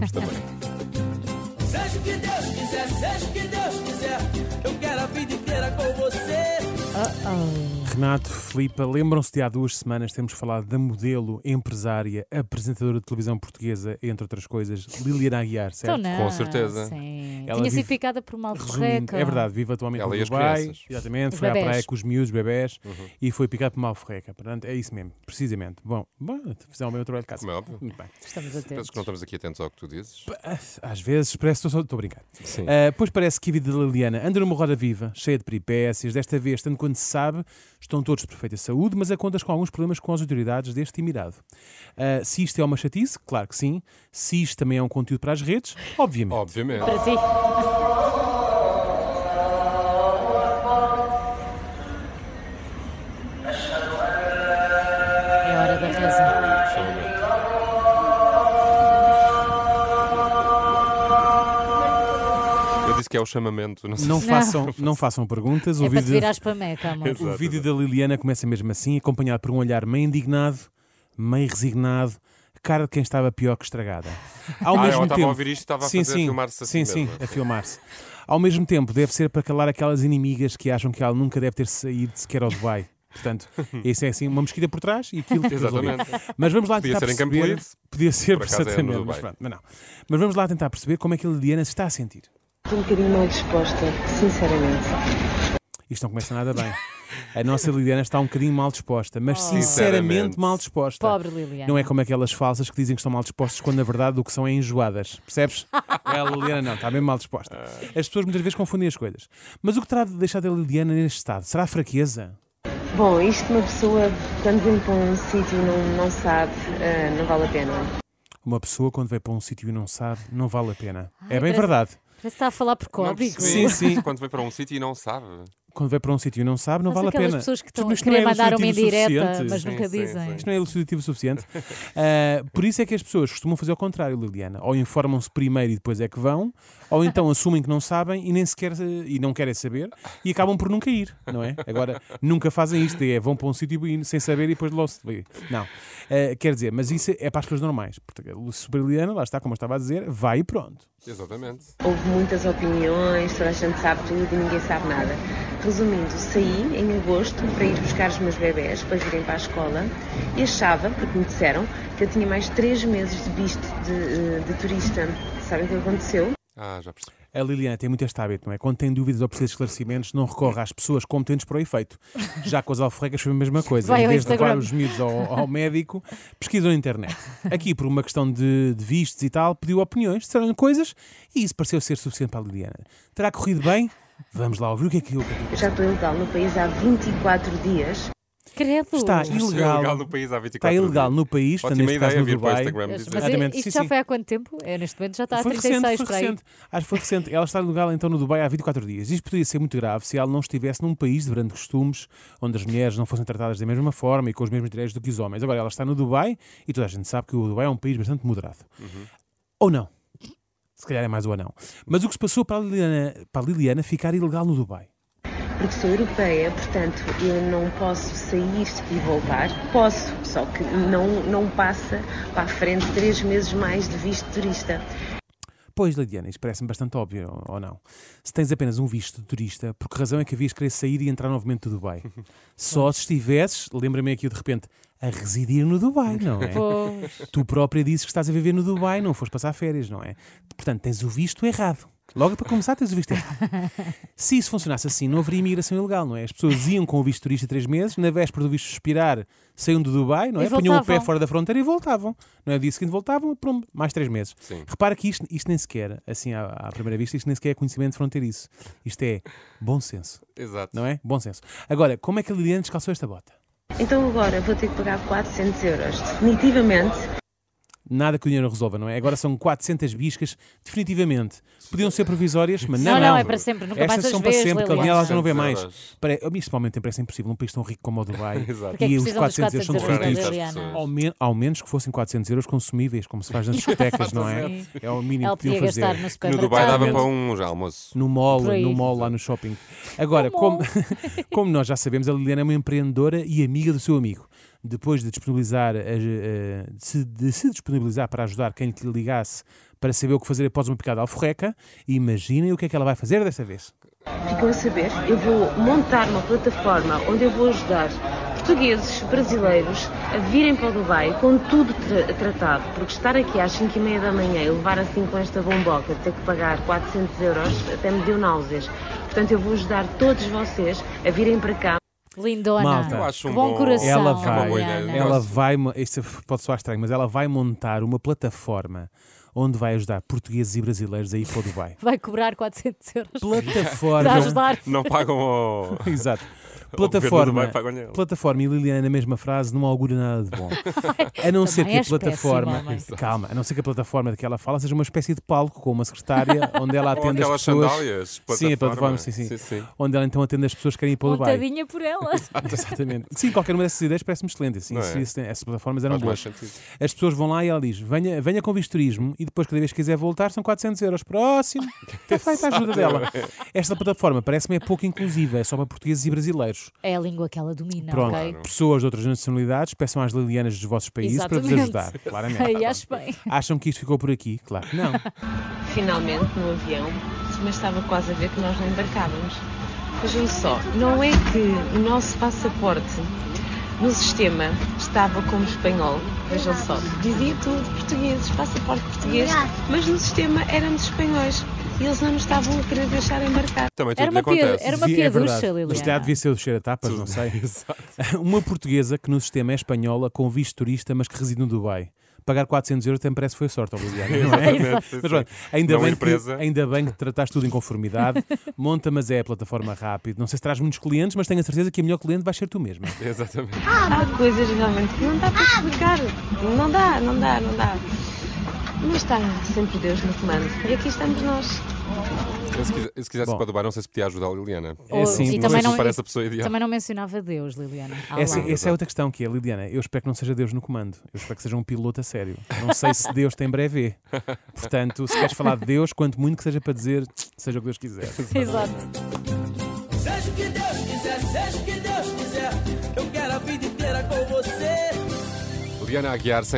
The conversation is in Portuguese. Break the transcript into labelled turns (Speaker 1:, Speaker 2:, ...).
Speaker 1: gostamos também.
Speaker 2: Seja o que Deus quiser, seja o que Deus quiser, eu quero a vida inteira com você.
Speaker 3: Renato, Filipa, lembram-se de há duas semanas temos falado da modelo, empresária, apresentadora de televisão portuguesa, entre outras coisas, Liliana Aguiar, certo?
Speaker 4: Então não.
Speaker 1: Com certeza.
Speaker 4: Sim.
Speaker 3: Ela
Speaker 4: Tinha sido tipo,
Speaker 3: vive-
Speaker 4: picada por uma
Speaker 3: Resumindo,
Speaker 4: alforreca.
Speaker 3: é verdade, vive atualmente
Speaker 1: Ela
Speaker 3: no
Speaker 1: e as
Speaker 3: Dubai,
Speaker 1: crianças.
Speaker 3: exatamente,
Speaker 4: Os
Speaker 3: foi à
Speaker 4: bebés.
Speaker 3: praia com os miúdos, bebés,
Speaker 1: Uhum.
Speaker 4: Uhum.
Speaker 3: e foi picado por uma alforreca. Portanto, é isso mesmo, precisamente. Bom, bom fizeram o meu trabalho de casa.
Speaker 1: Como é óbvio.
Speaker 3: Muito bem.
Speaker 4: Estamos
Speaker 1: Penso
Speaker 4: atentos.
Speaker 1: que não estamos aqui atentos ao que tu dizes.
Speaker 3: Às vezes parece que estou só estou a brincar.
Speaker 1: Sim.
Speaker 3: Ah, pois parece que a vida de Liliana anda numa roda viva, cheia de peripécias. Desta vez, tanto quando se sabe, estão todos de perfeita saúde, mas a contas com alguns problemas com as autoridades deste Emirado. Ah, se isto é uma chatice, claro que sim. Se isto também é um conteúdo para as redes, obviamente.
Speaker 1: Obviamente.
Speaker 4: Para ti. É hora da razão.
Speaker 1: Obviamente. Eu disse que é o chamamento, não sei
Speaker 3: Não,
Speaker 1: se
Speaker 3: façam, não façam perguntas. o
Speaker 4: É para te
Speaker 3: vídeo-
Speaker 4: virares para a meca, amor.
Speaker 3: O vídeo da Liliana começa mesmo assim, acompanhado por um olhar meio indignado, meio resignado, cara de quem estava pior que estragada. Ao
Speaker 1: Ah, ela estava a ouvir isto e estava a fazer- a
Speaker 3: sim,
Speaker 1: filmar-se assim a
Speaker 3: Sim,
Speaker 1: si
Speaker 3: sim,
Speaker 1: mesma.
Speaker 3: a filmar-se. Ao mesmo tempo, deve ser para calar aquelas inimigas que acham que ela nunca deve ter saído sequer ao Dubai. Portanto, isso é assim, uma mosquita por trás e aquilo que
Speaker 1: Exatamente.
Speaker 3: Mas vamos lá
Speaker 1: Podia
Speaker 3: tentar
Speaker 1: ser em Campo
Speaker 3: perceber.
Speaker 1: Limpo.
Speaker 3: Podia ser,
Speaker 1: Por acaso é no
Speaker 3: exatamente, mas
Speaker 1: Dubai.
Speaker 3: pronto, mas não. Mas vamos lá tentar perceber como é que a Liliana se está a sentir.
Speaker 5: Estou um bocadinho mal disposta, sinceramente.
Speaker 3: Isto não começa nada bem. A nossa Liliana está um bocadinho mal disposta, mas sinceramente
Speaker 1: Sinceramente.
Speaker 3: mal disposta.
Speaker 4: Pobre Liliana.
Speaker 3: Não é como aquelas falsas que dizem que estão mal dispostas quando na verdade o que são é enjoadas. Percebes? É a Liliana não, está bem mal disposta. As pessoas muitas vezes confundem as coisas. Mas o que terá de deixar a Liliana neste estado? Será fraqueza?
Speaker 5: Bom, isto uma pessoa, quando vem para um sítio e não, não sabe, ah, não vale a pena.
Speaker 3: Uma pessoa quando vai para um sítio e não sabe, não vale a pena. é bem
Speaker 4: parece-
Speaker 3: verdade.
Speaker 4: Parece que está a falar por
Speaker 1: Não
Speaker 4: código.
Speaker 1: percebi.
Speaker 3: Sim, sim.
Speaker 1: Quando vai para um sítio e não sabe.
Speaker 3: Quando vai para um sítio e não sabe, não
Speaker 4: Mas
Speaker 3: vale a
Speaker 4: aquelas
Speaker 3: pena.
Speaker 4: pessoas que estão
Speaker 3: Tudo
Speaker 4: a
Speaker 3: isto não é
Speaker 4: querer mandar uma
Speaker 3: elucidativo
Speaker 4: indireta,
Speaker 3: suficiente.
Speaker 4: mas
Speaker 1: Sim,
Speaker 4: nunca
Speaker 1: sim,
Speaker 4: dizem.
Speaker 1: sim.
Speaker 3: Isto não é elucidativo o suficiente. Ah, por isso é que as pessoas costumam fazer ao contrário, Liliana. Ou informam-se primeiro e depois é que vão, ou então assumem que não sabem e nem sequer eh, e não querem saber e acabam por nunca ir, não é? Agora, nunca fazem isto, é vão para um sítio e- sem saber e depois logo se vê. Não. Ah, quer dizer, mas isso é para as pessoas normais. Porque Super Liliana, lá está, como eu estava a dizer, vai e pronto.
Speaker 1: Exatamente.
Speaker 5: Houve muitas opiniões, toda a gente sabe tudo e ninguém sabe nada. Resumindo, saí em agosto para ir buscar os meus bebés para virem para a escola e achava, porque me disseram, que eu tinha mais três meses de visto de, eh, de turista. Sabem o que aconteceu?
Speaker 1: Ah, já percebi.
Speaker 3: A Liliana tem muito este hábito, não é? Quando tem dúvidas ou precisa de esclarecimentos, não recorre às pessoas competentes para o efeito. Já com as alforrecas foi a mesma coisa.
Speaker 4: Vai
Speaker 3: em
Speaker 4: ao
Speaker 3: vez de levar
Speaker 4: Instagram.
Speaker 3: os miúdos ao, ao médico, pesquisou na internet. Aqui, por uma questão de, de vistos e tal, pediu opiniões, disseram coisas e isso pareceu ser suficiente para a Liliana. Terá corrido bem? Vamos lá ouvir o que é que o que é que-
Speaker 5: Eu já estou ilegal no país há 24 dias.
Speaker 4: Credo.
Speaker 3: Está
Speaker 1: Ilegal.
Speaker 3: ilegal.
Speaker 1: no país há 24
Speaker 3: Está ilegal
Speaker 1: dias.
Speaker 3: no país, portanto,
Speaker 1: Ótima
Speaker 3: neste caso
Speaker 1: ideia
Speaker 3: no
Speaker 1: vir para o
Speaker 3: Dubai.
Speaker 1: Instagram
Speaker 4: Mas
Speaker 1: dizer.
Speaker 3: Exatamente,
Speaker 4: isto
Speaker 3: sim,
Speaker 4: já
Speaker 3: sim.
Speaker 4: foi há quanto tempo? É, neste momento já está há
Speaker 3: foi
Speaker 4: 36
Speaker 3: recente, foi
Speaker 4: para aí.
Speaker 3: recente. Acho que foi recente. Ela está ilegal então no Dubai há 24 dias. Isto poderia ser muito grave se ela não estivesse num país de grandes costumes, onde as mulheres não fossem tratadas da mesma forma e com os mesmos direitos do que os homens. Agora ela está no Dubai e toda a gente sabe que o Dubai é um país bastante moderado.
Speaker 1: Uhum.
Speaker 3: Ou não. Se calhar é mais ou não. Mas o que se passou para a Liliana, para a Liliana ficar ilegal no Dubai?
Speaker 5: porque sou europeia, portanto eu não posso sair e voltar. Posso, só que não, não passa para a frente três meses mais de visto de turista.
Speaker 3: Pois, Liliana, isto parece-me bastante óbvio, ou- ou não? Se tens apenas um visto de turista, por que razão é que havias querer sair e entrar novamente do Dubai? Só se estivesses, lembra-me aqui de repente, a residir no Dubai, não é?
Speaker 4: Pois.
Speaker 3: Tu própria dizes que estás a viver no Dubai, não foste passar férias, não é? Portanto, tens o visto errado. Logo para começar, tens o visto errado. Se isso funcionasse assim, não haveria imigração ilegal, não é? As pessoas iam com o visto turista três meses, na véspera do visto expirar, saíam do Dubai, não é?
Speaker 4: E
Speaker 3: Punham o pé
Speaker 4: voltavam.
Speaker 3: fora da fronteira e voltavam. Não é? No dia seguinte voltavam, pronto, mais três meses.
Speaker 1: Sim.
Speaker 3: Repara que isto, isto nem sequer, assim à, à primeira vista, isto nem sequer é conhecimento fronteiriço. Isto é bom senso,
Speaker 1: Exato.
Speaker 3: não é? Bom senso. Agora, como é que a Liliana descalçou esta bota?
Speaker 5: Então agora vou ter que pagar 400 euros, definitivamente.
Speaker 3: Nada que o dinheiro resolva, não é? Agora são 400 biscas, definitivamente. Podiam ser provisórias, mas não,
Speaker 4: Não, não, é para sempre. Nunca mais
Speaker 3: Estas
Speaker 4: as
Speaker 3: são para
Speaker 4: vês,
Speaker 3: sempre, que a
Speaker 4: Liliana.
Speaker 3: Daniela já não vê
Speaker 1: 400
Speaker 3: mais.
Speaker 1: euros.
Speaker 3: Pare... Principalmente parece é impossível num país tão rico como o Dubai.
Speaker 1: Exato.
Speaker 4: Porque é que
Speaker 3: E os
Speaker 4: precisam dos
Speaker 3: 400 euros são
Speaker 4: 400 euros da
Speaker 1: definitivos.
Speaker 4: Liliana.
Speaker 3: Ao, men- ao menos que fossem 400 euros consumíveis, como se faz nas discotecas, não é?
Speaker 4: Sim.
Speaker 3: É o mínimo
Speaker 4: Ela
Speaker 3: que podiam
Speaker 4: podia
Speaker 3: fazer.
Speaker 4: gastar no
Speaker 1: No Dubai
Speaker 4: supermercado.
Speaker 1: dava para um já almoço.
Speaker 3: No mall,
Speaker 4: Por aí.
Speaker 3: no mall lá no shopping. Agora,
Speaker 4: No
Speaker 3: como, como nós já sabemos, a Liliana é uma empreendedora e amiga do seu amigo. depois de disponibilizar, as, eh, de se- de se disponibilizar para ajudar quem lhe ligasse para saber o que fazer após uma picada alforreca, imaginem o que é que ela vai fazer desta vez.
Speaker 5: Ficam a saber, eu vou montar uma plataforma onde eu vou ajudar portugueses, brasileiros a virem para o Dubai com tudo tra- tratado, porque estar aqui às 5 e meia da manhã e levar assim com esta bomboca, ter que pagar 400 euros, até me deu náuseas. Portanto, eu vou ajudar todos vocês a virem para cá.
Speaker 4: Lindona.
Speaker 3: Malta.
Speaker 1: Eu acho um
Speaker 4: que bom,
Speaker 1: bom-
Speaker 4: coração.
Speaker 3: Ela
Speaker 1: É uma
Speaker 3: vai,
Speaker 1: boa ideia.
Speaker 4: Diana.
Speaker 3: ela
Speaker 1: Gosto.
Speaker 3: vai, mo- isto pode soar estranho, mas ela vai montar uma plataforma onde vai ajudar portugueses e brasileiros a ir para o Dubai.
Speaker 4: vai cobrar 400 euros para
Speaker 3: Plataforma.
Speaker 4: ajudar.
Speaker 1: Não pagam ao.
Speaker 3: Exato.
Speaker 1: O governo do
Speaker 3: Plataforma,
Speaker 1: Dubai pagou-lhe ela.
Speaker 3: plataforma e Liliana na mesma frase não augura nada de bom. A não ser que a
Speaker 4: és
Speaker 3: plataforma.
Speaker 4: péssima, mãe.
Speaker 3: calma, a não ser que a plataforma de que ela fala seja uma espécie de palco com uma secretária onde ela
Speaker 1: Ou
Speaker 3: atende as
Speaker 1: aquelas
Speaker 3: pessoas.
Speaker 1: sandálias.
Speaker 3: Sim, a plataforma, sim, sim.
Speaker 1: sim, sim.
Speaker 3: Onde ela então atende as pessoas que querem ir para o Dubai.
Speaker 4: Montadinha um por ela.
Speaker 3: Exatamente. Sim, qualquer uma dessas ideias parece-me excelente. Assim,
Speaker 1: Não
Speaker 3: isso-
Speaker 1: é?
Speaker 3: isso- Essas plataformas eram
Speaker 1: Faz mais
Speaker 3: boas.
Speaker 1: sentido.
Speaker 3: As pessoas vão lá e ela diz: venha, venha com vistorismo e depois, cada vez que quiser voltar, são 400 euros. Próximo! Está feita a ajuda dela. Esta plataforma parece-me é pouco inclusiva, é só para portugueses e brasileiros.
Speaker 4: É a língua que ela domina,
Speaker 3: Pronto,
Speaker 4: ok?
Speaker 3: pessoas de outras nacionalidades peçam às Lilianas dos vossos países para vos
Speaker 4: Exatamente.
Speaker 3: ajudar, claramente.
Speaker 4: Sei, acho bem.
Speaker 3: Acham que isto ficou por aqui? Claro que não.
Speaker 5: finalmente no avião, mas estava quase a ver que nós não embarcávamos. Vejam só, não é que o nosso passaporte no sistema estava como espanhol, vejam só, dizia tudo portugueses, passaporte português, mas no sistema éramos espanhóis e eles não nos estavam a querer deixar embarcar.
Speaker 1: Também tudo
Speaker 4: Era
Speaker 1: lhe
Speaker 4: uma, pia-
Speaker 1: acontece.
Speaker 4: era uma
Speaker 3: Devia- é
Speaker 4: piaducha,
Speaker 3: verdade.
Speaker 4: Liliana.
Speaker 3: Isto já devia ser o cheiro a tapas, não sei. Uma portuguesa que no sistema é espanhola, com visto turista, mas que reside no Dubai. Pagar 400 euros até me parece que foi sorte, ao Liliana. não é?
Speaker 1: Exatamente, sim,
Speaker 3: Mas pronto,
Speaker 1: sim.
Speaker 3: ainda,
Speaker 1: Não
Speaker 3: bem
Speaker 1: empresa.
Speaker 3: que, ainda bem que trataste tudo em conformidade. Monta, mas é a plataforma rápido. Não sei se traz muitos clientes, mas tenho a certeza que a melhor cliente vai ser tu mesmo.
Speaker 1: Exatamente.
Speaker 5: Há coisas realmente que não dá para explicar, não dá, não dá, não dá. Mas está sempre Deus no comando e aqui estamos nós.
Speaker 1: Eu, se quisesse, se quisesse
Speaker 3: Bom.
Speaker 1: para Dubai, não sei se podia ajudar a Liliana.
Speaker 3: É assim,
Speaker 4: e
Speaker 3: não
Speaker 1: sei
Speaker 4: também
Speaker 1: se
Speaker 4: não,
Speaker 1: parece
Speaker 4: e
Speaker 1: a pessoa ideal.
Speaker 4: Também não mencionava Deus, Liliana. Ah,
Speaker 3: Essa,
Speaker 4: lá.
Speaker 3: essa é outra questão que é, Lidiana, eu espero que não seja Deus no comando. Eu espero que seja um piloto a sério. Não sei se Deus tem breve. Portanto, se queres falar de Deus, quanto muito que seja para dizer, seja o que Deus quiser.
Speaker 4: Exato.
Speaker 2: Seja o que Deus quiser, seja o que Deus quiser, eu quero a vida inteira com você.
Speaker 1: Liliana Aguiar, sem